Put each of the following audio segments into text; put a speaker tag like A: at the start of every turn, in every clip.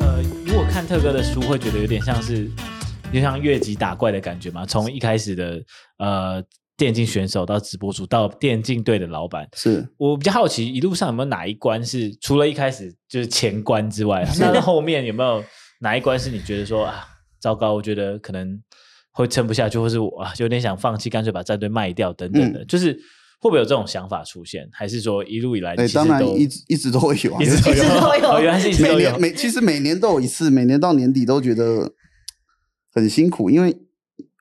A: 呃特哥的书会觉得有点像是，就像越级打怪的感觉嘛。从一开始的呃电竞选手到直播主，到电竞队的老板，
B: 是
A: 我比较好奇一路上有没有哪一关是除了一开始就是前关之 外，啊那后面有没有哪一关是你觉得说啊糟糕，我觉得可能会撑不下去，或是我啊有点想放弃，干脆把战队卖掉等
B: 嗯
A: 等的，就是会不会有这种想法出现？还是说一路以来
B: 哎
A: 其，实
B: 当然
A: 都
B: 一直一直都会有啊，
A: 一直
C: 都有一直都有
A: 哦原来是一直
B: 每
A: 都有
B: 年每其实每年都有一次，每年到年底都觉得很辛苦，因为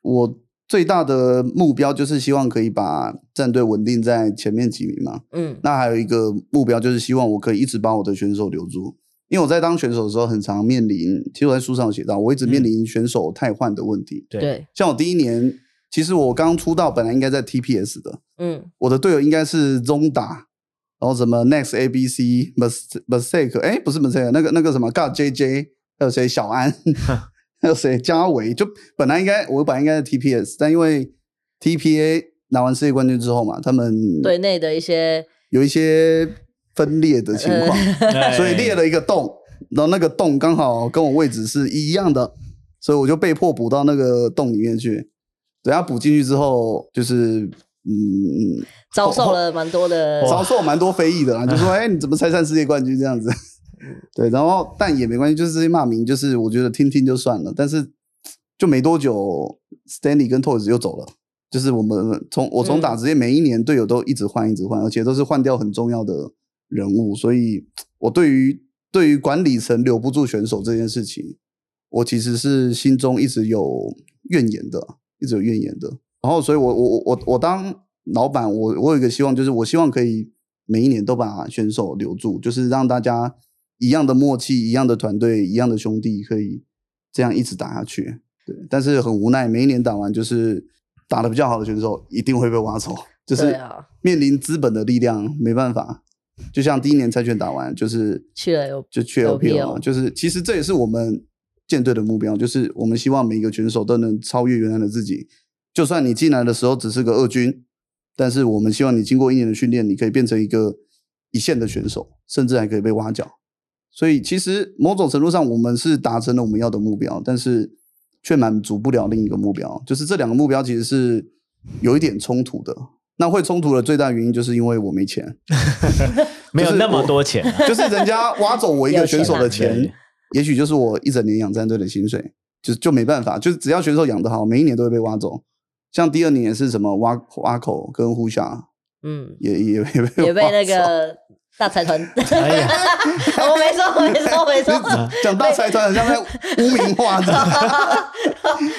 B: 我最大的目标就是希望可以把战队稳定在前面几名嘛。
C: 嗯
B: 那还有一个目标就是希望我可以一直把我的选手留住，因为我在当选手的时候，很常面临，其实我在书上有写到，我一直
A: 嗯
B: 面临选手汰换的问题。
A: 对
C: 对，
B: 像我第一年，其实我刚出道，本来应该在 TPS 的，
C: 嗯
B: 我的队友应该是 Zonda，然后什么 Next ABC Mis- Mistake，哎，不是 Mistake，那个那个什么 God JJ，还有谁小安，还有谁嘉伟，就本来应该我本来应该是 TPS，但因为 TPA 拿完世界冠军之后嘛，他们
C: 队内的一些
B: 有一些分裂的情况，
A: 呃
B: 所以裂了一个洞，然后那个洞刚好跟我位置是一样的，所以我就被迫补到那个洞里面去。等下补进去之后，就是嗯，
C: 遭受了蛮多的，
B: 遭受蛮多非议的啦，就说哎、你怎么拆散世界冠军这样子？对，然后但也没关系，就是这些骂名，就是我觉得听听就算了。但是就没多久，Stanley 跟 Toys 又走了，就是我们从我从打职业每一年队友都一直换，一直换，而且都是换掉很重要的人物，所以我对于对于管理层留不住选手这件事情，我其实是心中一直有怨言的，一直有怨言的。然后，所以我我我我我当老板，我我有一个希望，就是我希望可以每一年都把选手留住，就是让大家一样的默契、一样的团队、一样的兄弟，可以这样一直打下去。对，但是很无奈，每一年打完就是打的比较好的选手一定会被挖走，就是
C: 对啊，
B: 面临资本的力量，没办法。就像第一年猜拳打完，就是
C: 去了有
B: 就去
C: LPL
B: LPL，就是啊其实这也是我们舰队的目标，就是我们希望每一个选手都能超越原来的自己。就算你进来的时候只是个二军，但是我们希望你经过一年的训练，你可以变成一个一线的选手，甚至还可以被挖角。所以其实某种程度上，我们是达成了我们要的目标，但是却满足不了另一个目标，就是这两个目标其实是有一点冲突的。那会冲突的最大原因就是因为我没钱。
A: 没有
B: 就是
A: 那么
B: 我
A: 多钱 啊，
B: 就是人家挖走我一个选手的
A: 有钱啊
B: 钱，也许就是我一整年养战队的薪水，就就没办法，就是只要选手养得好，每一年都会被挖走。像第二年也是什么挖挖口跟呼霞
C: 嗯，
B: 也也也 被
C: 也 被
B: 挖
C: 那
B: 走
C: 个大财团，
A: 哎呀
C: 我没说，我没说，我没说，
B: 讲大财团，好像在污名化这 样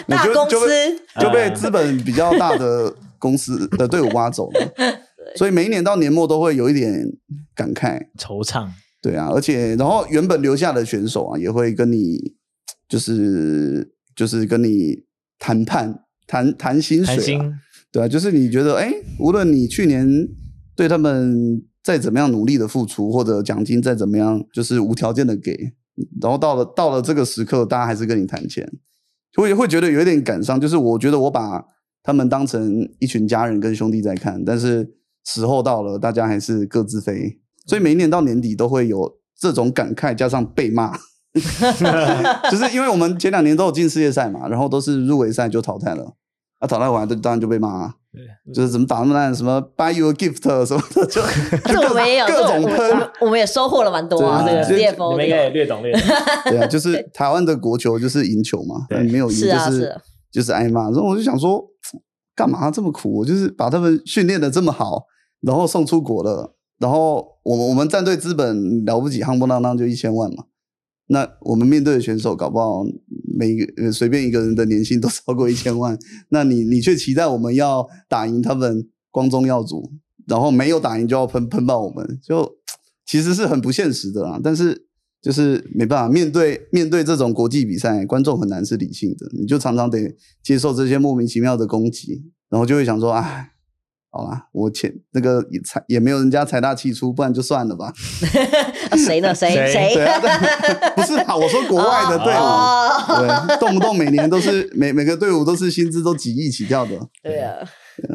B: 你
C: 大
B: 就
C: 公
B: 就被
C: 司，
B: 就被资本比较大的公司的队伍挖走了。所以每一年到年末都会有一点感慨，
A: 惆怅。
B: 对啊，而且然后原本留下的选手啊，也会跟你就是就是跟你谈判谈谈薪
A: 谈
B: 水、啊，
A: 心
B: 对啊，就是你觉得哎，无论你去年对他们再怎么样努力的付出，或者奖金再怎么样就是无条件的给，然后到了到了这个时刻，大家还是跟你谈钱，会会觉得有一点感伤，就是我觉得我把他们当成一群家人跟兄弟在看，但是时候到了，大家还是各自飞，所以每一年到年底都会有这种感慨，加上被骂。就是因为我们前两年都有进世界赛嘛，然后都是入围赛就淘汰了，啊，淘汰完就当然就被骂、啊，就是怎么打那么烂，什么 buy you a gift 什么的，就就
C: 这
B: 各
C: 我们也有，
B: 各
C: 这
B: 种
C: 我们我
B: 喷
C: 们，我们也收获了蛮多啊，这
B: 对
C: 个
B: 啊就
C: CFO
A: 你们
C: 这
A: 应该也
C: 个
A: 略懂略懂。
B: 对啊，就是台湾的国球就是赢球嘛，
A: 对
B: 没有赢
C: 是
B: 就
C: 啊是
B: 是
C: 啊
B: 就是挨骂，然后我就想说，干嘛这么苦？我就是把他们训练的这么好，然后送出国了，然后我们我们战队资本了不起，夯不啷当就一千万嘛。那我们面对的选手，搞不好每一个呃随便一个人的年薪都超过一千万，那你你却期待我们要打赢他们光宗耀祖，然后没有打赢就要喷喷爆我们，就其实是很不现实的啦。但是就是没办法，面对面对这种国际比赛，观众很难是理性的，你就常常得接受这些莫名其妙的攻击，然后就会想说，哎。好啦，我前那个也财也没有人家财大气粗，不然就算了 吧。
C: 啊谁呢？谁
A: 谁
C: 谁
B: 对？啊，对不是啊，我说国外的队伍，
C: 哦
B: 对，动不动每年都是 每每个队伍都是薪资都几亿起跳的，
C: 对啊，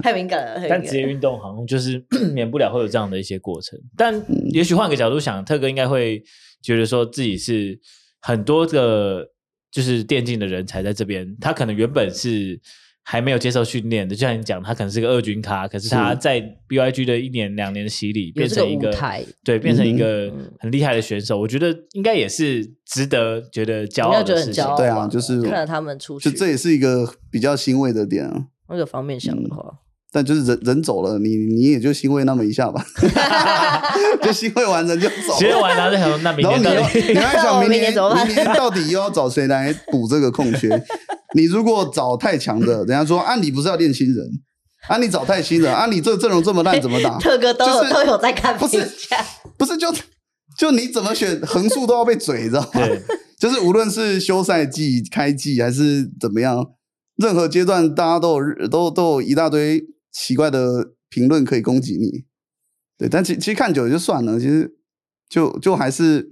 C: 太敏感了，太
A: 但
C: 敏
A: 职
C: 感
A: 业
C: 了。
A: 运动好像就是 免不了会有这样的一些过程。但也许换个角度想，特哥应该会觉得说自己是很多个就是电竞的人才在这边，他可能原本是还没有接受训练的，就像你讲，他可能是个二军咖，可是他
B: 是
A: 在 BYG 的一年两年的洗礼，
D: 有
A: 变
D: 这个
A: 成一
D: 舞
A: 个
D: 台，
A: 对，变成一个
D: 嗯
A: 很厉害的选手，我觉得应该也是值得觉得骄
C: 你
A: 傲
C: 要觉
A: 的
C: 得
A: 事
C: 很
A: 情
C: 骄。傲
B: 对
C: 吧
B: 啊，就是
C: 看到他们出去
B: 就，这也是一个比较欣慰的点啊。
C: 那个方面想的
B: 嗯
C: 话，
B: 但就是人人走了，你你也就欣慰那么一下 吧， 就欣慰完人就走
A: 学
B: 了。
A: 完然后再想说，那明
B: 然后
A: 年到
B: 你要
A: 底
B: 你还想
C: 我
B: 明
C: 明年
B: 年
C: 怎么办
B: 明年到底又要找谁来补这个空 缺？你如果找太强的，人家说啊，你不是要练新人，啊，你找太新人，啊，你这阵容这 么烂怎么打？
C: 特哥都
B: 就是
C: 有都有在看
B: 不
C: 评
B: 是
C: 价，
B: 不是就就你怎么选横竖都要被嘴，知道吗？
A: 对
B: 就是无论是休赛季、开季还是怎么样，任何阶段大家都有都都有一大堆奇怪的评论可以攻击你。对，但其其实看久了就算了，其实就就还是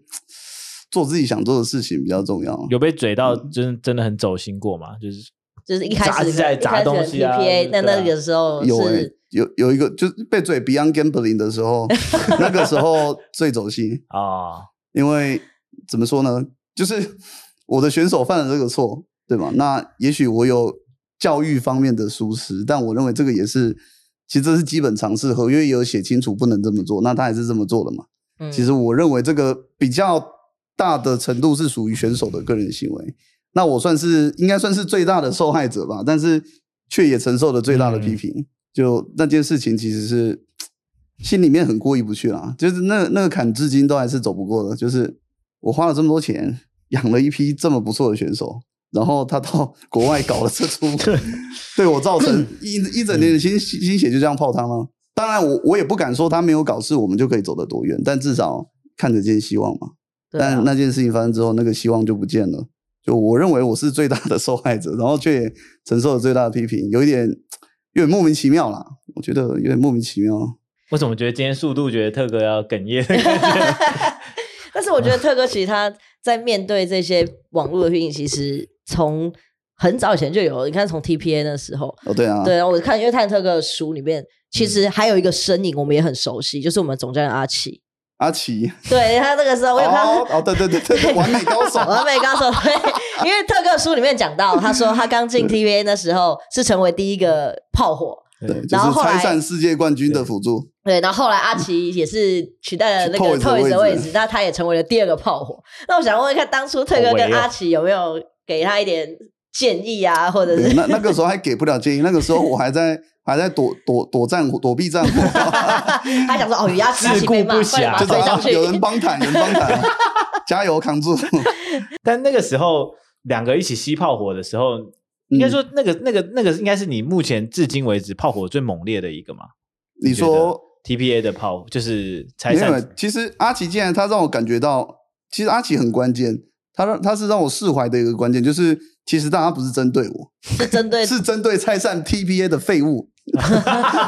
B: 做自己想做的事情比较重要。
A: 有被嘴到，真真的很走心过吗？就是
C: 就是一开
A: 砸
C: 始
A: 是在砸东西啊
C: p a 那
A: 对啊
C: 那个时候
B: 有欸诶、
C: 是
B: 有有一个就是被嘴 Beyond Gambling 的时候，那个时候最走心。
A: 啊，
B: 因为怎么说呢，就是我的选手犯了这个错，对吧？那也许我有教育方面的疏失，但我认为这个也是，其实这是基本常识，合约也有写清楚不能这么做，那他还是这么做了嘛。
C: 嗯
B: 其实我认为这个比较大的程度是属于选手的个人行为，那我算是应该算是最大的受害者吧，但是却也承受了最大的批评。就那件事情，其实是心里面很过意不去啦，就是那那个坎，至今都还是走不过的。就是我花了这么多钱，养了一批这么不错的选手，然后他到国外搞了这出，对我造成一一整年的心心血就这样泡汤了。当然我，我也不敢说他没有搞事，我们就可以走得多远，但至少看得见希望嘛。
C: 对啊
B: 但那件事情发生之后，那个希望就不见了。就我认为我是最大的 受害者，然后却也承受了最大的批评，有一点有点莫名其妙啦。我觉得有点莫名其妙。
A: 我怎么觉得今天速度觉得特哥要哽咽的感觉？
C: 但是我觉得特哥其实他在面对这些网络的批评，其实从很早以前就有了。你看从 TPA 那时候，
B: 哦，对啊，嗯
C: 对，我看因为探特哥的书里面，其实还有一个身影我们也很熟悉，就是我们总教练阿奇。
B: 阿奇，
C: 对他那个时候， 我有看
B: 哦哦，对对对对，完美高手啊
C: 到， 完美高手，对，因为特哥的书里面讲到，他说他刚进 TVA 那时候是成为第一个炮火，
B: 对，就
C: 然后
B: 是
C: 后来
B: 拆散世界冠军的辅助，
C: 对，然后后来阿奇也是取代了那个
B: 去 Toys 的
C: Toys 的
B: 位
C: 位
B: 置
C: 置，那他也成为了第二个炮火。那我想问一下，当初特哥
A: 好围
C: 跟
A: 哦
C: 阿奇有没有给他一点建议啊，或者
B: 对
C: 是
B: 那那个时候还给不了建议，那个时候我还在还在躲躲躲战躲避 战火，
C: 他想说哦，阿奇
A: 自
C: 阿奇被骂，
A: 顾不
C: 快点把
A: 暇
C: 他
B: 就
C: 推上
B: 是啊
C: 去。
B: 有人帮坦，有人帮 坦，加油扛住。
A: 但那个时候两个一起吸炮火的时候，应该
B: 嗯
A: 说那个那个那个应该是你目前至今为止炮火最猛烈的一个嘛
B: 你
A: 觉
B: 说
A: 得 TPA 的炮就是拆
B: 没有，啊
A: 散
B: 其实阿奇进来，他让我感觉到，其实阿奇很关键，他让他是让我释怀的一个关键，就是其实大家不是针对我，
C: 是针对
B: 是针对拆散 TBA 的废物。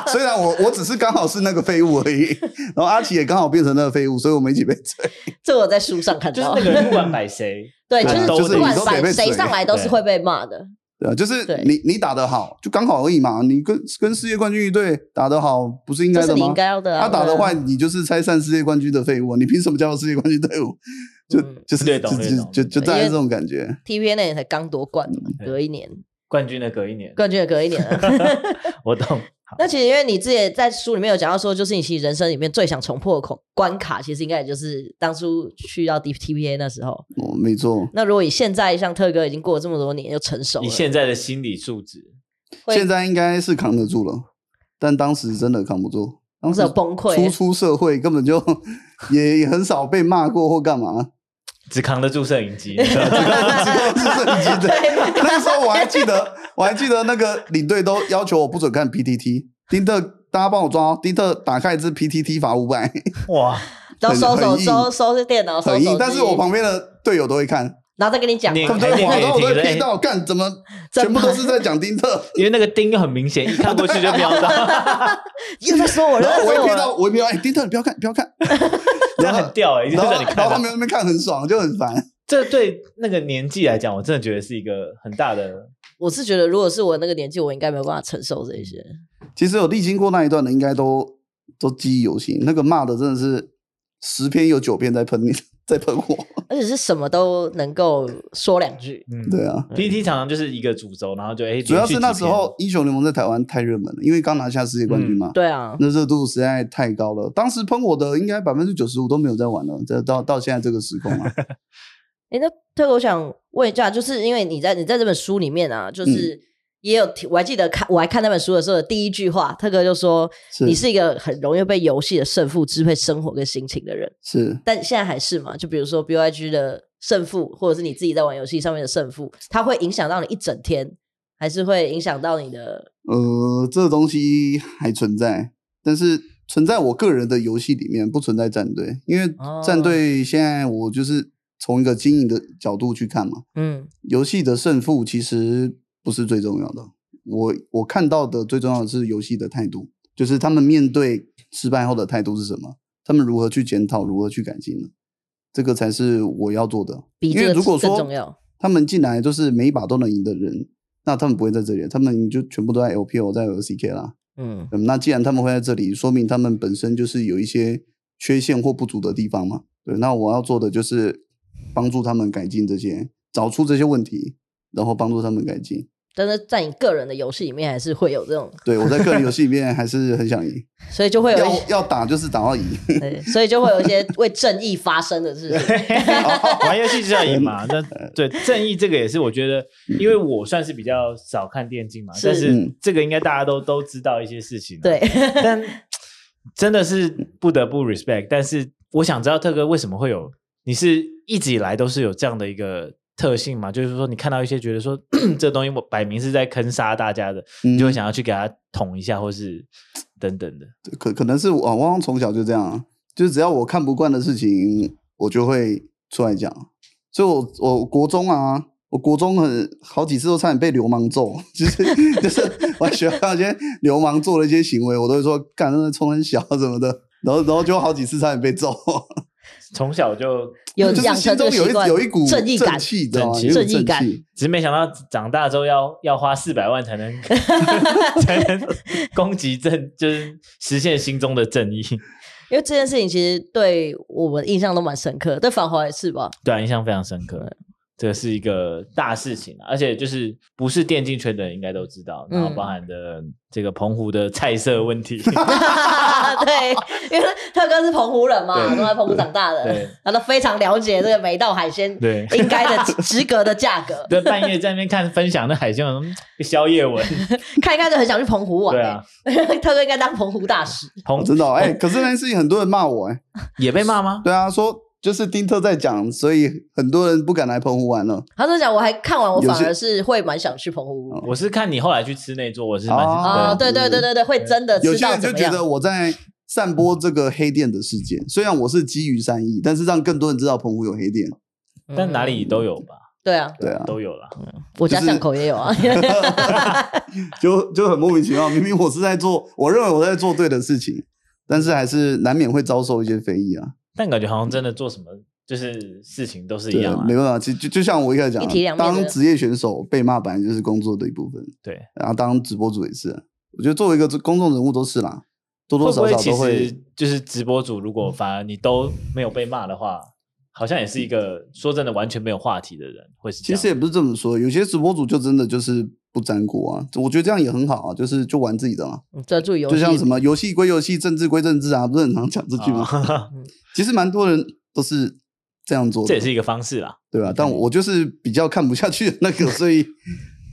B: 虽然我我只是刚好是那个废物而已，然后阿奇也刚好变成那个废物，所以我们一起被追。
C: 这我在书上看
A: 就是
C: 到，
A: 那个人不管摆谁，
C: 对，就
B: 对啊
C: 是
A: 都是
C: 不管
B: 你都得
C: 摆
B: 被
C: 谁
B: 嘴
C: 上来都是
A: 对
C: 会被骂的，
B: 对啊，就是
C: 对
B: 你你打得好，就刚好而已嘛。你跟跟世界冠军一队打得好，不是应
C: 这
B: 该
C: 是
B: 的
C: 你
B: 吗
C: 应？该要的、啊。
B: 他打得
C: 对啊
B: 坏，你就是拆散世界冠军的废物，你凭什么加入世界冠军队伍？就
C: 嗯
B: 就是
A: 略
B: 就
A: 懂略
B: 就
A: 懂
B: 就就
C: 对
B: 大概
C: 因
B: 是
C: 为
B: 这种感觉。
C: TPA 那年才刚夺冠嘛，
A: 对
C: 隔一年
A: 冠军的隔一年，
C: 冠军也隔一 年啊。
A: 我懂。好
C: 那其实因为你自己也在书里面有讲到说，就是你其实人生里面最想冲破的口关卡，其实应该也就是当初去到 D TPA 那时候。
B: 哦，没错。
C: 那如果以现在像特哥已经过了这么多年，又成熟
A: 以
C: 了，
A: 现在的心理素质，
C: 会
B: 现在应该是扛得住了，但当时真的扛不住，当
C: 当
B: 时
C: 时有崩溃
B: 初出社会根本就 也也很少被骂过或干 嘛，
A: 只扛得住摄影 机，你知道吗
B: 只不过是瞬级的。那时候我还记得，我还记得那个领队都要求我不准看 PTT，丁特大家帮我抓哦，丁特打开一支 PTT 罚五百，
A: 哇！
C: 都收手
B: 很硬
C: 收收拾电脑，哦收手
B: 很
C: 机
B: 硬，，但是我旁边的队友都会看，
C: 然后再跟你讲
A: 嗯你哎
B: 他们都
C: 嘛，
B: 会滑，
A: 还
B: 然后我都会
A: 还
B: 瞥到，干怎么
C: 真
B: 全部都
C: 棒
B: 是在讲丁特。
A: 因为那个钉又很明显，一看过去就瞄 到，
C: 又在说我，又
B: 然
C: 在
B: 后我一
C: 说
B: 瞥
C: 我
B: 到，
C: 了，
B: 我一瞥到，哎，丁特，你不要看，不要看。
A: 这样很掉哎、欸，一直
B: 然后，
A: 让你
B: 然
A: 看
B: 后他
A: 到
B: 们。在那边看很爽，就很烦。
A: 这对那个年纪来讲，我真的觉得是一个很大的
C: 我是觉得如果是我那个年纪，我应该没有办法承受这些。
B: 其实有历经过那一段的，应该都都记忆犹新。那个骂的真的是十篇有九篇在喷你， 在喷火。
C: 而且是什么都能够说两句。
A: 嗯，
B: 对啊，
A: ，PT 常常就是一个主轴，然后就哎，
B: 主要是
A: 连续
B: 那
A: 几
B: 时
A: 篇嗯
B: 候英雄联盟在台湾太热门了，因为刚拿下世界冠军嘛，
C: 对啊，
B: 那热度实在太高了。当时喷我的应该百分之九十五都没有在玩了，这到到现在这个时空 啊，
C: 哎，那特哥我想问一下，就是因为你在你在这本书里面啊，
B: 嗯
C: 就是也有提，我还记得看我还看那本书的时候的第一句话，特哥就说
B: 是
C: 你是一个很容易被游戏的胜负支配生活跟心情的人，
B: 是
C: 但现在还是嘛？就比如说 BYG 的胜负，或者是你自己在玩游戏上面的胜负，它会影响到你一整天，还是会影响到你的
B: 呃，这个东西还存在，但是存在我个人的游戏里面，不存在战队，因为
C: 哦
B: 战队现在我就是从一个经营的角度去看嘛，
C: 嗯
B: 游戏的胜负其实不是最重要的。我我看到的最重要的是游戏的态度，就是他们面对失败后的态度是什么，他们如何去检讨，如何去改进呢？这个才是我要做的。
C: 比
B: 因
C: 这
B: 为
C: 个
B: 如果
C: 更
B: 说
C: 重要？
B: 他们进来就是每一把都能赢的人，那他们不会在这里，他们就全部都在 LPL 在 LCK 啦。
C: 嗯
B: 嗯，那既然他们会在这里，说明他们本身就是有一些缺陷或不足的地方嘛。对，那我要做的就是帮助他们改进这些，找出这些问题，然后帮助他们改进。
C: 但是在你个人的游戏里面，还是会有这种，
B: 对我在个人游戏里面还是很想赢，
C: 所以 就会有一
B: 要
C: 些，
B: 要打就是打到赢。
C: 对所以就会有一些为正义发声的事情。
A: 玩游戏就要赢
B: 嗯
A: 嘛。那对正义这个也是，我觉得，因为我算是比较少看电竞嘛，
C: 是
A: 但是
B: 嗯
A: 这个应该大家都都知道一些事情。，啊
C: 对，
A: 但真的是不得不 respect。但是我想知道特哥为什么会有，你是一直以来都是有这样的一个特性嘛？就是说你看到一些觉得说 这东西我摆明是在坑杀大家的，
B: 嗯
A: 你就会想要去给他捅一下，或是等等的。
B: 可可能是我，啊我好像从小就这样啊，就是只要我看不惯的事情，我就会出来讲。所以我，我国中啊，我国中很好几次都差点被流氓揍， 就是就是我在学校有些流氓做了一些行为，我都会说干那个冲很小什么的，然后然后就好几次差点被揍，
A: 从小就，
C: 有
B: 就是
C: 养成
B: 心
C: 这个
B: 中有
C: 习
B: 一
C: 惯，
B: 有一股
C: 正义感。
B: 气，知道吗？
A: 正气
B: 有一股
C: 正义感
B: 气
A: 只是没想到长大之后要要花四百万才能才能攻击正， 就是实现心中的正义。
C: 因为这件事情其实对我们印象都蛮深刻，对反华也 是吧？
A: 对、啊，印象非常深刻。这是一个大事情、啊，而且就是不是电竞圈的人应该都知道，然后
C: 嗯
A: 包含的这个澎湖的菜色问题，
C: 对，因为特哥是澎湖人嘛，
A: 对
C: 都在澎湖长大的
A: 对，
C: 他都非常了解这个每一道海鲜
A: 对
C: 应该的值格的价 格，
A: 对，半夜在那边看分享的海鲜嗯宵夜文，
C: 看一看就很想去澎湖玩、
A: 对
C: 欸
A: 啊。
C: 特哥应该当澎湖大使，
A: 澎
B: 哦真的哦哎、可是那件事情很多人骂我哎、
A: 也被骂吗？
B: 对啊，说就是丁特在讲，所以很多人不敢来澎湖玩了。
C: 他这讲我还看完，我
B: 有些
C: 反而是会蛮想去澎湖。
A: 我是看你后来去吃那桌，我是蛮、
C: 哦，
B: 哦
A: 对
C: 对对对对对，会真的
B: 有
C: 知
B: 些
C: 道
B: 人
C: 呃怎
B: 就
C: 么
B: 觉
C: 样
B: 得？我在散播这个黑店的事件，虽然我是基于善意，但是让更多人知道澎湖有黑店。嗯
A: 但哪里都有吧，
C: 嗯对啊，
B: 对啊，
A: 都有啦。
C: 我家
B: 就是
C: 巷口也有啊。
B: 就就很莫名其妙。明明我是在做，我认为我在做对的事情，但是还是难免会遭受一些非议啊。
A: 但感觉好像真的做什么就是事情都是一
B: 对
A: 样
B: 啊
A: 啊，，
B: 没办法，其实就就像我一开始讲
C: 一体
B: 的，
C: 两面的
B: 当职业选手被骂，本来就是工作的一部分，
A: 对。
B: 然后当直播主也是啊。我觉得作为一个公众人物都是啦，多
A: 会
B: 多
A: 不
B: 少
A: 会
B: 少
A: 其
B: 都
A: 实就是直播主，如果反而你都没有被骂的话，好像也是一个说真的完全没有话题的人，会是这
B: 其
A: 样
B: 实也不是这么说，有些直播主就真的就是不沾锅啊，我觉得这样也很好啊，就是就玩自己的嘛，
C: 专注游戏，
B: 就像什么游戏归游戏，政治归政治啊，不是很常讲这句吗？
A: 啊
B: 其实蛮多人都是这样做
A: 这
B: 的
A: 也，是一个嗯方式啦。
B: 对吧？但我就是比较看不下去的那 个，所以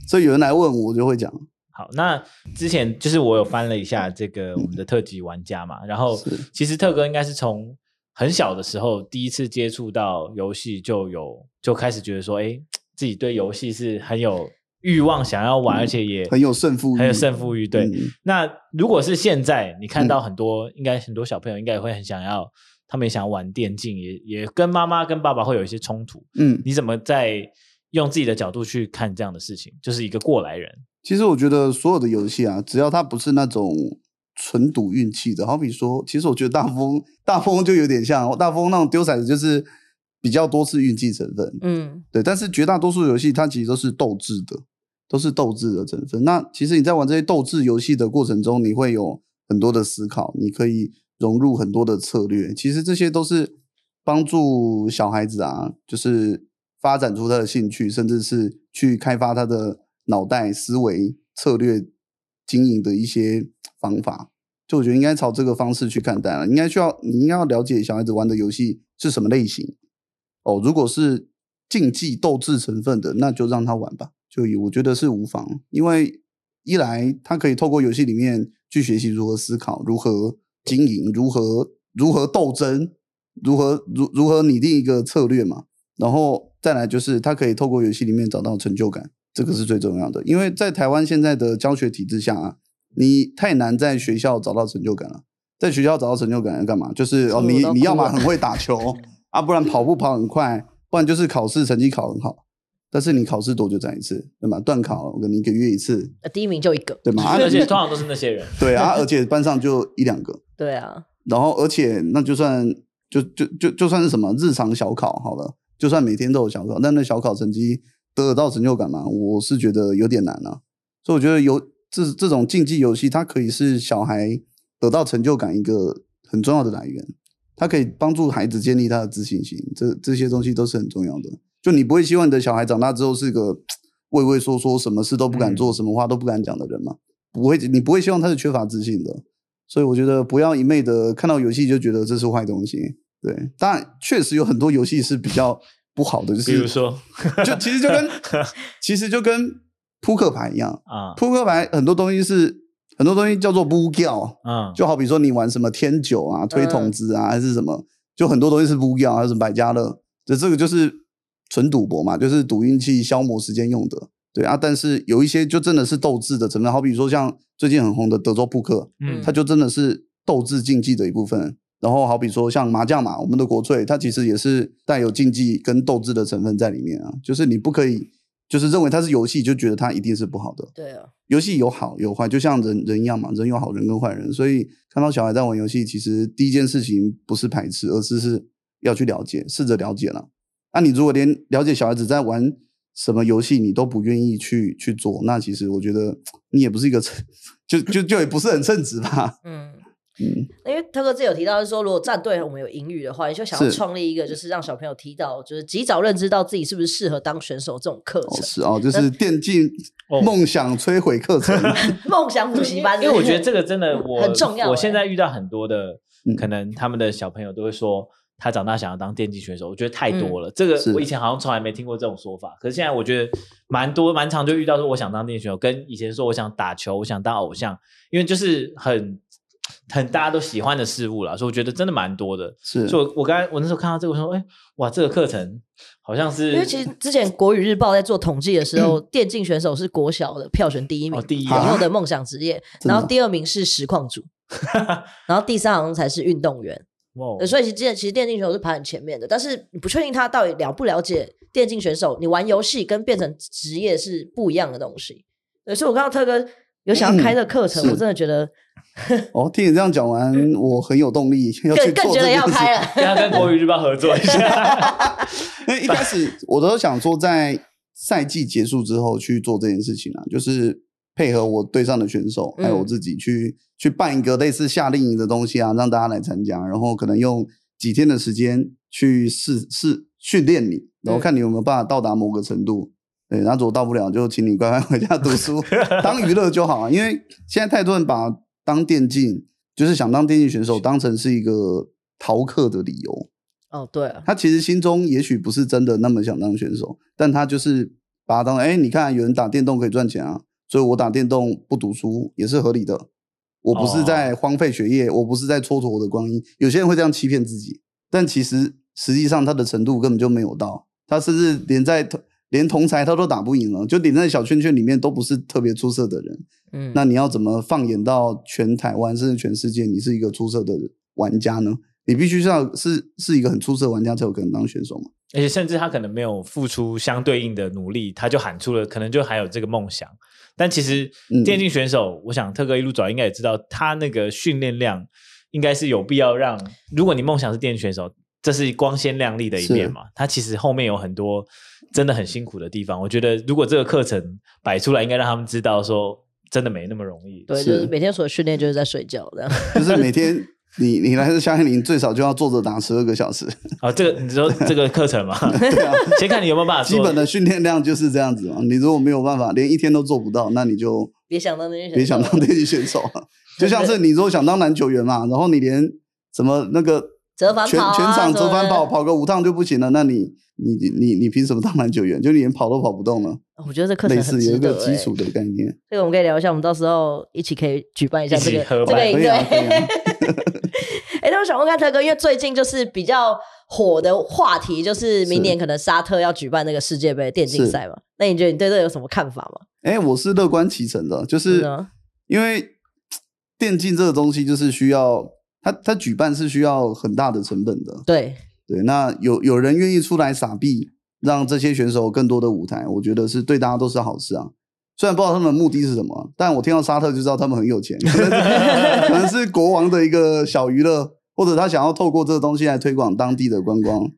B: 所以有人来问我，我就会讲，
A: 好，那之前就是我有翻了一下这个我们的特级玩家嘛，然后
B: 是
A: 其实特哥应该是从很小的时候第一次接触到游戏，就有就开始觉得说，哎，自己对游戏是很有欲望，想要玩，而且也
B: 嗯很有胜负欲，
A: 很有胜负欲，对。
B: 嗯
A: 那如果是现在，你看到很多，应该很多小朋友应该也会很想要，他们也想要玩电竞，也也跟妈妈跟爸爸会有一些冲突。
B: 嗯，
A: 你怎么在用自己的角度去看这样的事情？就是一个过来人，
B: 其实我觉得所有的游戏啊，只要它不是那种纯赌运气的，好比说，其实我觉得大富翁，大富翁就有点像大富翁那种丢骰子，就是比较多是运气成分。
C: 嗯，
B: 对，但是绝大多数游戏它其实都是斗智的，都是斗智的成分。那其实你在玩这些斗智游戏的过程中，你会有很多的思考，你可以融入很多的策略。其实这些都是帮助小孩子啊，就是发展出他的兴趣，甚至是去开发他的脑袋、思维、策略、经营的一些方法。就我觉得应该朝这个方式去看待了，应该需要你应该要了解小孩子玩的游戏是什么类型哦。如果是竞技斗志成分的，那就让他玩吧，就也我觉得是无妨，因为一来他可以透过游戏里面去学习如何思考、如何经营、如何如何斗争、如何如如何拟定一个策略嘛，然后再来就是他可以透过游戏里面找到成就感，这个是最重要的，因为在台湾现在的教学体制下啊。你太难在学校找到成就感了。在学校找到成就感要干嘛？就是哦，
C: 中午
B: 你
C: 都
B: 你
C: 哭
B: 要么
C: 了
B: 很会打球啊，不然跑步跑很快，不然就是考试成绩考很好。但是你考试多久讲一次，对吗？断考可能一个月一次，
C: 呃第一名就一个，
B: 对吗？啊
A: 而且
B: 你
A: 通常都是那些 人，
B: 对啊，而且班上就一两个，
C: 对啊，
B: 然后而且那就算就就就就算是什么日常小考好了，就算每天都有小考，但那小考成绩得得到成就感嘛，我是觉得有点难啊。所以我觉得游这这种竞技游戏，它可以是小孩得到成就感一个很重要的来源，它可以帮助孩子建立他的自信心，这这些东西都是很重要的。就你不会希望你的小孩长大之后是个畏畏缩缩、什么事都不敢做、什么话都不敢讲的人嘛？不会，你不会希望他是缺乏自信的。所以我觉得不要一昧的看到游戏就觉得这是坏东西。对，当然确实有很多游戏是比较不好的，就
A: 比如
B: 是
A: 说
B: 就其实就跟其实就跟扑克牌一样，
A: 啊，
B: 扑克牌很多东西是很多东西叫做不掉，
A: 嗯，
B: 就好比说你玩什么天九啊、推筒子啊，还是什么，就很多东西是不掉，还有什么百家乐，这这个就是纯赌博嘛，就是赌运气、消磨时间用的。对啊，但是有一些就真的是斗智的成分，好比说像最近很红的德州扑克，
A: 嗯
B: 它就真的是斗智竞技的一部分。然后好比说像麻将嘛，我们的国粹，它其实也是带有竞技跟斗智的成分在里面啊。就是你不可以，就是认为它是游戏，就觉得它一定是不好的。
C: 对啊，
B: 游戏有好有坏，就像人人一样嘛，人有好人跟坏人。所以看到小孩在玩游戏，其实第一件事情不是排斥，而是是要去了解，试着了解了。那、你如果连了解小孩子在玩什么游戏，你都不愿意去去做，那其实我觉得你也不是一个称， 就就就也不是很称职吧。
C: 嗯。
B: 嗯，
C: 因为特哥自己有提到，就是说如果战队我们有盈余的话，你就想要
B: 是
C: 创立一个，就是让小朋友提到，就是及早认知到自己是不是适合当选手这种课
B: 哦
C: 程，
B: 是哦，就是电竞
A: 哦
B: 梦想摧毁课程，
C: 梦想 补习班
A: 因
C: 是
A: 为
C: 不
A: 我
C: 是。
A: 觉得这个真 的我
C: 很重要
A: 我
C: 欸
A: 现在遇到很多的
B: 嗯，
A: 可能他们的小朋友都会说。他长大想要当电竞选手，我觉得太
C: 嗯
A: 多了。这个
B: 是
A: 我以前好像从来没听过这种说法，可是现在我觉得蛮多蛮常就遇到说我想当电竞选手，跟以前说我想打球，我想当偶像，因为就是很很大家都喜欢的事物啦，所以我觉得真的蛮多的。
B: 是
A: 所以我我刚才我那时候看到这个，我说哎哇，这个课程好像是
C: 因为其实之前国语日报在做统计的时候，电竞选手是国小的票选第一名，
A: 哦第一
C: 以后
B: 啊
C: 的梦想职业，
B: 真的
C: 然后第二名是实况组，然后第三好像才是运动员。
B: 哦
A: 哇哦
C: 呃对，所以其实之前其实电竞选手是排很前面的，但是你不确定他到底了不了解电竞选手，你玩游戏跟变成职业是不一样的东西。对，所以我看到特哥有想要开这个课程，
B: 是
C: 我真的觉得
B: 哦，听你这样讲完，我很有动力要去
C: 更
B: 做
C: 更
B: 这
C: 觉得
B: 件
C: 要
B: 事
C: 开了。
A: 跟他跟国语日报合作一下，
B: 因为一开始我都想说，在赛季结束之后去做这件事情啊，就是配合我队上的选手，
C: 嗯
B: 还有我自己去、去办一个类似夏令营的东西啊，让大家来参加，然后可能用几天的时间去试试训练你，然后看你有没有办法到达某个程度。对，然后如果到不了，就请你乖乖回家读书，当娱乐就好啊。因为现在太多人把当电竞，就是想当电竞选手，当成是一个逃课的理由。
C: 哦，对啊，
B: 他其实心中也许不是真的那么想当选手，但他就是把他当哎、你看有人打电动可以赚钱啊，所以我打电动不读书也是合理的。我不是在荒废学业，我不是在蹉跎我的光阴。有些人会这样欺骗自己，但其实实际上他的程度根本就没有到，他甚至连在同连同才他都打不赢了，就连在小圈圈里面都不是特别出色的人。
C: 嗯，
B: 那你要怎么放眼到全台湾甚至全世界，你是一个出色的玩家呢？你必须是要是是一个很出色的玩家才有可能当选手 嘛？
A: 而且甚至他可能没有付出相对应的努力，他就喊出了，可能就还有这个梦想。但其实
B: 嗯
A: 电竞选手，我想特哥一路走来应该也知道，他那个训练量应该是有必要让，如果你梦想是电竞选手，这是光鲜亮丽的一面嘛。他其实后面有很多真的很辛苦的地方。我觉得如果这个课程摆出来，应该让他们知道说，真的没那么容易。
C: 对，
B: 是
C: 就是每天所训练就是在睡觉这样。
B: 就是每天你你来自夏令营最少就要坐着打十二个小 时，
A: 啊，这个你说这个课程嘛，
B: 对啊，
A: 先看你有没有办法做
B: 基本的训练量就是这样子嘛。你如果没有办法，连一天都做不到，那你就
C: 别想当那些选手
B: 别想当电竞选手 了。就像是你如果想当篮球员嘛，然后你连什么那个
C: 折返
B: 全
C: 跑啊
B: 全
C: 什
B: 场
C: 么
B: 折返
C: 的
B: 跑跑个五趟就不行了，那你你你你你凭什么当篮球员？就你连跑都跑不动了，
C: 哦我觉得这课程
B: 类
C: 很
B: 似
C: 值
B: 有一
C: 得、
B: 个
C: 欸。
B: 基础的概 念。
C: 这个我们可以聊一下，我们到时候一起可以举办一下这
A: 一
C: 个
A: 起合
C: 这
A: 办
C: 个营
B: 可以
C: 队。
B: 啊，可以啊。
C: 哎、但我想问看特哥，因为最近就是比较火的话题，就是明年可能沙特要举办那个世界杯电竞赛嘛？那你觉得你对这个有什么看法吗？
B: 哎、我是乐观其成 的，就是
C: 真的吗
B: 因为电竞这个东西就是需要它它举办是需要很大的成本的，
C: 对，
B: 对。那有有人愿意出来傻逼，让这些选手有更多的舞台，我觉得是对大家都是好事啊。虽然不知道他们的目的是什么，但我听到沙特就知道他们很有钱，可能 是可能是国王的一个小娱乐，或者他想要透过这个东西来推广当地的观光，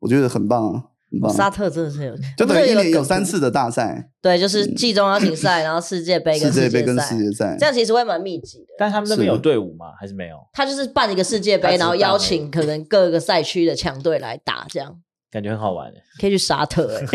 B: 我觉得很棒啊，很棒
C: 沙
B: 啊。
C: 特真的是有，
B: 就等于一
C: 不是
B: 年
C: 个
B: 有
C: 梗
B: 三次的大赛，
C: 对，就是季中邀请赛，然后世界杯 跟
B: 世界杯跟
C: 赛
B: 世，界赛
C: 这，样其实会蛮密集的。
A: 但他们那边
B: 是
A: 有队伍吗？还是没有？
C: 他就是办一个世界
A: 他只
C: 杯，
A: 是
C: 然后
A: 办
C: 邀
A: 而已
C: 请可能各个赛区的强队来打，这样
A: 感觉很好玩耶，欸
C: 可以去 沙特、欸。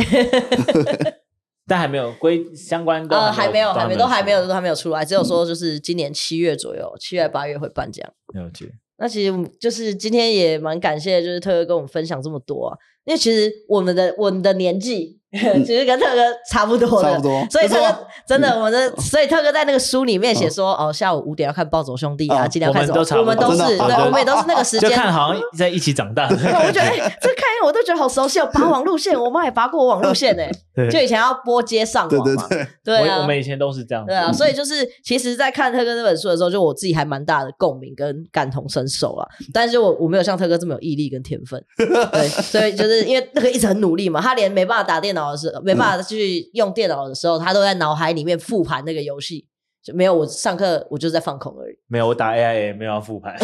A: 但还没有归相关的
C: 呃，还没有，还没，都还没有，
A: 出
C: 都还没有出来，只有说就是今年七月左右，七月八月会办这样。
A: 了解。
C: 那其实我们就是今天也蛮感谢，就是特哥跟我们分享这么多啊，因为其实我们的我们的年纪其实跟特哥差不多
B: 嗯差
C: 的
B: 不。多。嗯
C: 所以特
B: 这
C: 哥真的，我们的所以特哥在那个书里面写
B: 哦
C: 说，哦，下午五点要看《暴走兄弟》啊，
B: 哦
C: 今天要看什么？我
A: 我
C: 们
A: 们
C: 都
A: 都
C: 是，
B: 差不多真的
C: 对，
B: 哦
C: 我们也都是那个时
A: 就
C: 间。
A: 看好像在一起长大的
C: 对，我
A: 感
C: 觉得哎，这看一眼我都觉得好熟悉哦，拔网路线，我妈也拔过我网 路线呢。
A: 觉。
C: 就以前要拨接上
B: 对
C: 网
B: 对
C: 嘛，
B: 对，
C: 对
A: 我
C: 啊
A: 我，们以前都是这样子
C: 对。啊，所以就是，其实，在看特哥这本书的时候，就我自己还蛮大的共鸣跟感同身受啦。但是我我没有像特哥这么有毅力跟天分，对，所以就是因为那个一直很努力嘛，他连没办法打电脑的时候，没办法去用电脑的时候，他都在脑海里面复盘那个游戏，就没有我上课我就是在放空而已。
A: 没有，我打 AI 也没有要复盘，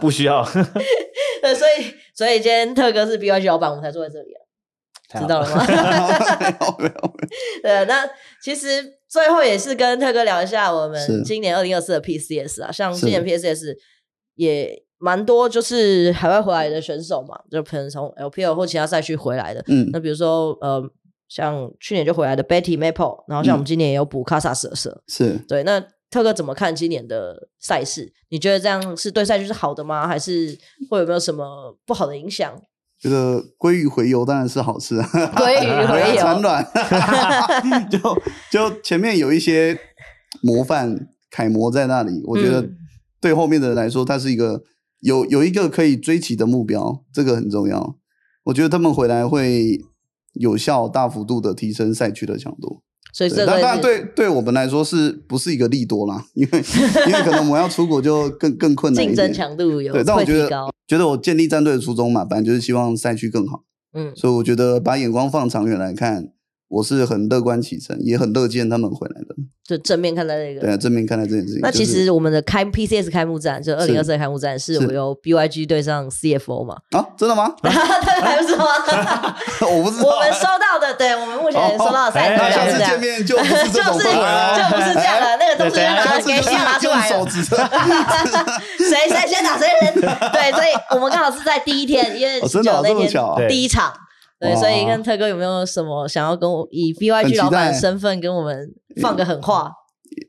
A: 不需要。
C: 对，所以所以今天特哥是 B Y G 老板，我们才坐在这里啊，知道了吗？
B: 没有没有，
C: 对，那其实最后也是跟特哥聊一下我们
B: 是
C: 今年二零二四的 PCS 啊，像
B: 是
C: 今年 PCS 也蛮多就是海外回来的选手嘛，就可能从 LPL 或其他赛区回来的。
B: 嗯
C: 那，比如说呃，像去年就回来的 Betty Maple，然后像我
B: 嗯
C: 们今年也有补卡萨蛇蛇。
B: 是
C: 对，那特哥怎么看今年的赛事？你觉得这样是对赛区是好的吗？还是会有没有什么不好的影响？
B: 这个鲑鱼回游当然是好事啊，
C: 鲑鱼
B: 回
C: 回
B: 来产
C: 游，
B: 卵， 就就前面有一些模范楷模在那里，我觉得
C: 嗯
B: 对后面的人来说，它是一个有有一个可以追齐的目标，这个很重要。我觉得他们回来会有效大幅度的提升赛区的强度。
C: 所以
B: 对，
C: 这
B: 但当然
C: 个
B: 对对我们来说是不是一个利多啦？因为因为可能我们要出国就更更困难一
C: 竞
B: 点
C: 争。强度有
B: 对，但我
C: 会
B: 觉
C: 提
B: 得
C: 高。
B: 觉得我建立战队的初衷嘛，本来就是希望赛区更好，
C: 嗯，
B: 所以我觉得把眼光放长远来看，我是很乐观其成，也很乐见他们回来的。
C: 就正面看待这个。
B: 对啊，正面看待这件事情。
C: 那其
B: 就是
C: 实我们的开 PCS 开幕战，就二零二四的开幕战，是
B: 是
C: 我由 BYG 对上 CFO 嘛？
B: 啊，真的吗？
C: 还不是吗？
B: 我不知道。
C: 我们收到的，对我们目前收到的赛
A: 哦
B: 那
A: 哎
C: 事
B: 下
C: 是
B: 次
C: 这样
B: 见。面就不
C: 就是是就
B: 这种
C: 不是
B: 氛围啊！
C: 这样了，那个东西就
A: 哎
C: 拿
B: 下
C: 给
B: 次就
C: 先
B: 是
C: 拿出
B: 用
C: 来
B: 手
C: 了，
B: 指着。
C: 谁谁先打谁 先。对，所以我们刚好是在第一天，因为
B: 哦真的
C: 19
B: 哦
C: 那
B: 这么巧
A: 啊
C: 天
A: 对
C: 第一场，对，
B: 哇
C: 所以跟特哥有没有什么想要跟我以 BYG
B: 很期待
C: 老板的身份跟我们放个狠话？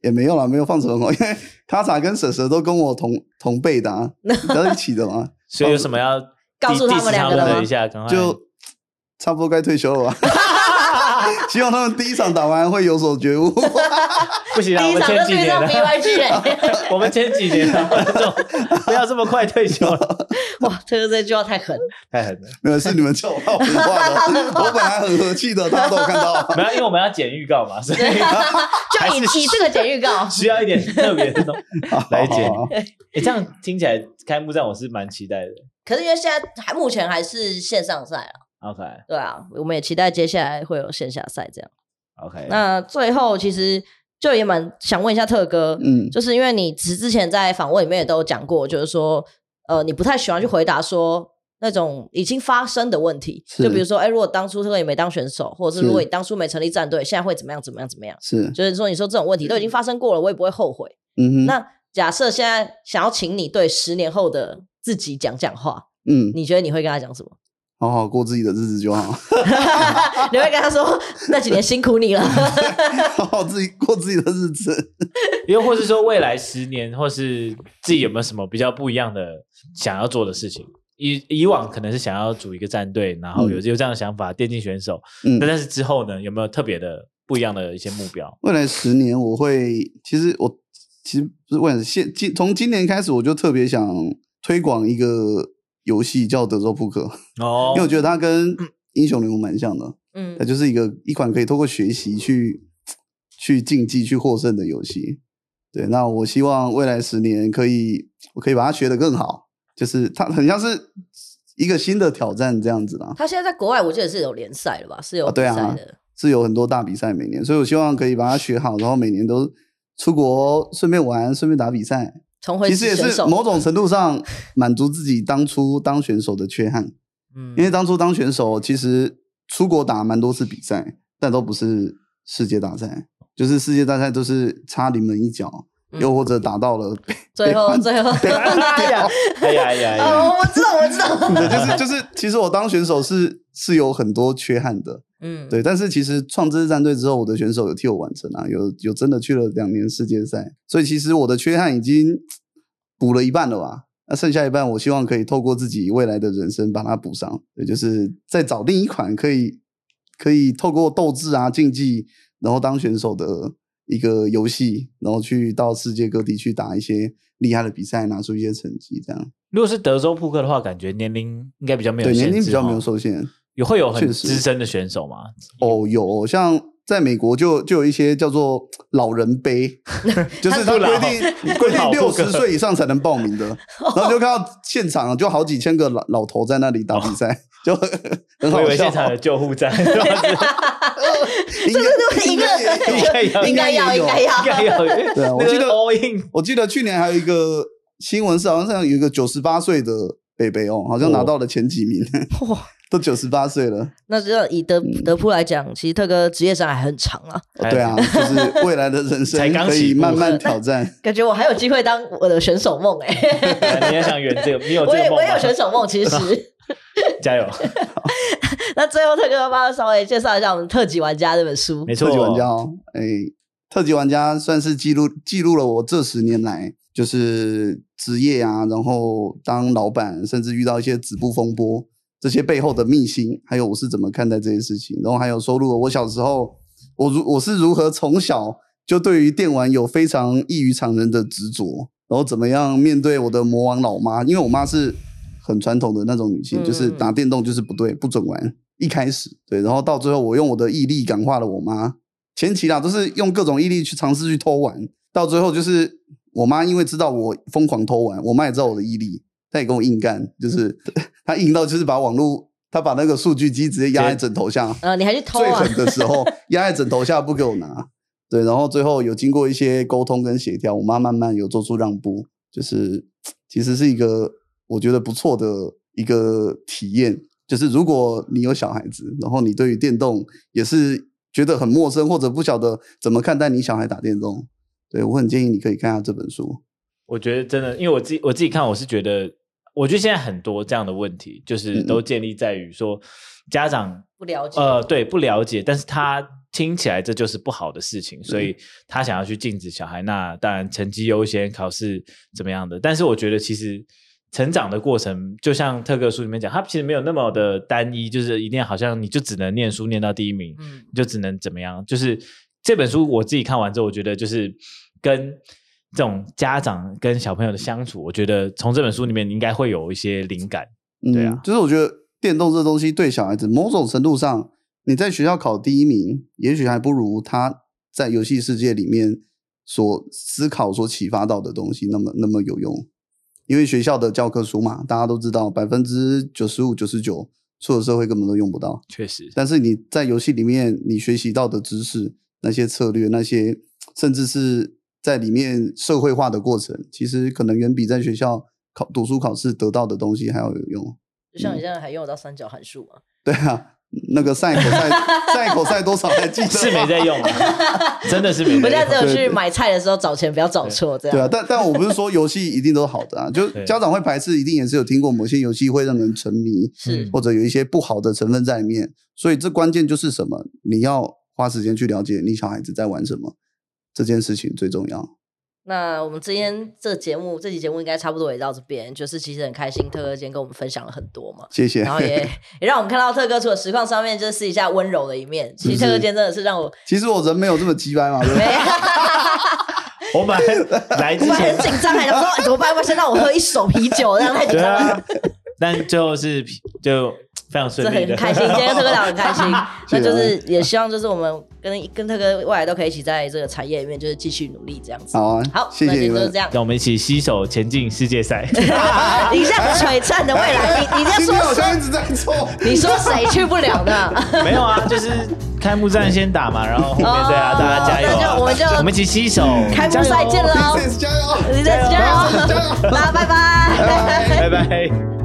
B: 也没有啦，没有放什么，因为卡萨跟蛇蛇都跟我同同辈的、 啊，都一起的嘛，
A: 所以有什么要
C: 告诉
A: diss-
C: 他们两个了吗
A: diss 的一下，赶快
B: 就差不多该退休了吧。 希望他们第一场打完会有所觉悟。
A: 不行啊！
C: 第
A: 我
C: 一
A: 们
C: 场
A: 前
C: 就
A: 几
C: 对
A: 年
C: 上
A: 的
C: BYG 嘞。
A: 我们前几年的观众不要这么快退休了，
C: 哇，特哥这句话 太狠了，
A: 太狠了。
B: 没有，是你们叫我把我话的。我本来很和气的，大家都有看到。
A: 没有，因为我们要剪预告嘛，所以还
C: 就以
A: 是
C: 以这个剪预 告，
A: 需要一点特别的东西。 来一节
B: 好好好
A: 哎，这样听起来开幕战我是蛮期待的。
C: 可是因为现在还目前还是线上赛啊，
A: OK
C: 对啊，我们也期待接下来会有线下赛这样。
A: OK，
C: 那最后其实就也蛮想问一下特哥，
B: 嗯，
C: 就是因为你之之前在访问里面也都有讲过，就是说呃你不太喜欢去回答说。那种已经发生的问题，
B: 是
C: 就比如说，哎、如果当初特哥也没当选手，或者是
B: 是
C: 如果你当初没成立战队，现在会怎么样？怎么样？怎么样？
B: 是，
C: 就是说，你说这种问题都已经发生过了，我也不会后悔。
B: 嗯哼，
C: 那假设现在想要请你对十年后的自己讲讲话，
B: 嗯，
C: 你觉得你会跟他讲什么？
B: 好好过自己的日子就好，
C: 你会跟他说那几年辛苦你了，
B: 好好自己过自己的日子。
A: 又或是说未来十年，或是自己有没有什么比较不一样的想要做的事情？以以往可能是想要组一个战队，然后有
B: 嗯
A: 有这样的想法，电竞选手。
B: 嗯
A: 那、，但是之后呢，有没有特别的不一样的一些目标？
B: 未来十年我会，其实我其实不是未来，现今从今年开始我就特别想推广一个游戏叫德州扑克，
A: 哦
B: 因为我觉得它跟英雄联盟蛮像的，
C: 嗯
B: 它，就是一个一款可以透过学习去去竞技去获胜的游戏。对，那我希望未来十年可以，我可以把它学得更好，就是它很像是一个新的挑战这样子啦。
C: 他现在在国外，我记得是有联赛的吧？是有
B: 啊
C: 比
B: 对啊
C: 赛的。
B: 是有很多大比赛每年，所以我希望可以把它学好，然后每年都出国顺便玩，顺便打比赛。
C: 重回
B: 其实也
C: 选
B: 是
C: 手
B: 某种程度上满足自己当初当选手的缺憾，
A: 嗯
B: 因为当初当选手其实出国打蛮多次比赛，但都不是世界大赛，就是世界大赛都是差临门一脚，
C: 嗯
B: 又或者打到了 被
C: 最后
B: 被
C: 最后，
A: 哎 呀，哎呀，哎呀，哎呀，
C: 哦，我知道，我知 道，
B: 对，就是就是，其实我当选手是是有很多缺憾的，
C: 嗯，
B: 对，但是其实创这支战队之后，我的选手有替我完成啊，有有真的去了两年世界赛，所以其实我的缺憾已经补了一半了吧。那剩下一半，我希望可以透过自己未来的人生把它补上，也就是再找另一款可以可以透过斗志啊、竞技，然后当选手的一个游戏，然后去到世界各地去打一些厉害的比赛，拿出一些成绩，这样
A: 如果是德州扑克的话，感觉年龄应该比较没有
B: 对年
A: 限
B: 龄
A: 制
B: 比较没有
A: 哦
B: 受限。
A: 也会有很
B: 确实
A: 资深的选手嘛？
B: 哦，有像在美国就就有一些叫做老人 杯，就是他规定规定
A: 老
B: 六
A: 不可哦
B: 十岁以上才能 报名的，然后就看到现场就好几千个老老头在那里打比
A: 哦
B: 赛，就很
A: 我以
B: 好
A: 为
B: 笑
A: 现。场的救护 站，应
B: 应该应该也有
A: 该有，应
B: 应该
C: 应该要，
B: 也有
C: 应该要，
A: 该有。
B: 对啊我
A: 那个
B: 记得
A: all in，
B: 我记得去年还有一个新闻是好像有一个九十八岁的北北哦，好像拿到了前几名，
C: 哇，
B: 都九十八岁了。
C: 那就以德德扑来讲，其实特哥职业生涯还很长啊，
B: 哦对啊，就是未来的人
A: 哎才
B: 生
A: 刚
B: 可
A: 起
B: 以
A: 步
B: 慢慢挑战。
C: 感觉我还有机会当我的选手梦哎、
A: 哎，你也想圆这个？你有这
C: 我
A: 个
C: 也
A: 梦吗？啊
C: 我也有选手梦，其实。
A: 加油！
C: 那最后特哥帮稍微介绍一下我们特级玩家这本书
A: 没，错，
B: 特级玩家哦，哎、特级玩家算是记录记录了我这十年来就是职业啊，然后当老板，甚至遇到一些止步风波这些背后的秘辛，还有我是怎么看待这些事情，然后还有收录了我小时候我如我是如何从小就对于电玩有非常异于常人的执着，然后怎么样面对我的魔王老妈，因为我妈是很传统的那种女性，
C: 嗯
B: 就是打电动就是不对，不准玩。一开始对，然后到最后我用我的毅力感化了我妈。前期啦都是用各种毅力去尝试去偷玩，到最后就是我妈因为知道我疯狂偷玩，我妈也知道我的毅力，她也跟我硬干，就是 她硬到就是把网络，她把那个数据机直接压在枕头下，
C: 呃，你还去偷
B: 最
C: 啊？
B: 狠的时 候压在枕头下不给我拿，对，然后最后有经过一些沟通跟协调，我妈慢慢有做出让步，就是其实是一个我觉得不错的一个体验。就是如果你有小孩子，然后你对于电动也是觉得很陌生，或者不晓得怎么看待你小孩打电动，对我很建议你可以看下这本书。
A: 我觉得真的，因为我自己我自己看，我是觉得，我觉得现在很多这样的问题，就是
B: 嗯
A: 都建立在于说家长
C: 不了解，
A: 呃对不了解，但是他听起来这就是不好的事
B: 嗯
A: 情，所以他想要去禁止小孩。那当然成绩优先，考试怎么样的？但是我觉得其实。成长的过程，就像特哥书里面讲，他其实没有那么的单一，就是一定好像你就只能念书念到第一名，
C: 嗯，
A: 你就只能怎么样？就是这本书我自己看完之后，我觉得就是跟这种家长跟小朋友的相处，我觉得从这本书里面你应该会有一些灵感。对啊
B: 嗯，就是我觉得电动这东西对小孩子，某种程度上，你在学校考第一名，也许还不如他在游戏世界里面所思考、所启发到的东西那么那么有用。因为学校的教科书嘛，大家都知道，百分之九十五、九十九出了社会根本都用不到。
A: 确实，
B: 但是你在游戏里面，你学习到的知识、那些策略、那些甚至是在里面社会化的过程，其实可能远比在学校考读书考试得到的东西还要有用。嗯
C: 就像你现在还用得到三角函数吗？
B: 对啊，那个赛口 赛赛口赛多少还记得 吗
A: 是没在用、啊，真的是没
C: 我现
A: 在用。
C: 在只有
B: 对
C: 去
B: 对
C: 买菜的时候找钱，不要找错这
B: 对啊
C: 样。，
B: 但但我不是说游戏一定都是好的啊，就
A: 对
B: 家长会排斥，一定也是有听过某些游戏会让人沉迷，
C: 是
A: 嗯
B: 或者有一些不好的成分在里面。所以这关键就是什么？你要花时间去了解你小孩子在玩什么，这件事情最重要。
C: 那我们今天这节目这期节目应该差不多也到这边，就是其实很开心，特哥今天跟我们分享了很多 嘛。
B: 谢谢
C: 然。后也也让我们看到特哥除了实况上面就是私底下温柔的一面，其实
B: 是
C: 特
B: 不
C: 哥
B: 是
C: 今天真的是让我
B: 其实我人没有这么鸡掰嘛，对不
C: 没
B: 对？，
A: 我本来来之
C: 我还
A: 前
C: 很紧张，还想说、哎怎么办？要不要先让我喝一手啤酒，这样太紧
A: 对
C: 张了。
A: 啊，但最后是就非常
C: 这
A: 顺利
C: 很
A: 的，
C: 开心，今天特哥聊得很开心 那就是也希望就是我们跟跟特哥未来都可以一起在这个产业里面就是继续努力这样子。
B: 好啊，
C: 好，
B: 谢
C: 那
B: 谢
C: 今
B: 你
C: 天就是
B: 们
C: 这。样。
A: 让我们一起携手前进世界赛。
C: 你像璀璨的未来，你你在
B: 今
C: 说
B: 天好像
C: 谁？
B: 一直在错。
C: 你说谁去不了呢？
A: 没有啊，就是开幕战先打嘛，然后后面对啊，
C: 哦
A: 大家加油啊、
C: 那就我们就
A: 我们一起携手，
B: 哦
C: 开幕
A: 加油
C: 赛见喽！哦
B: Princess，加油！
C: 你再见
A: 加
C: 哦，那拜
A: 拜
C: 拜。
A: 拜。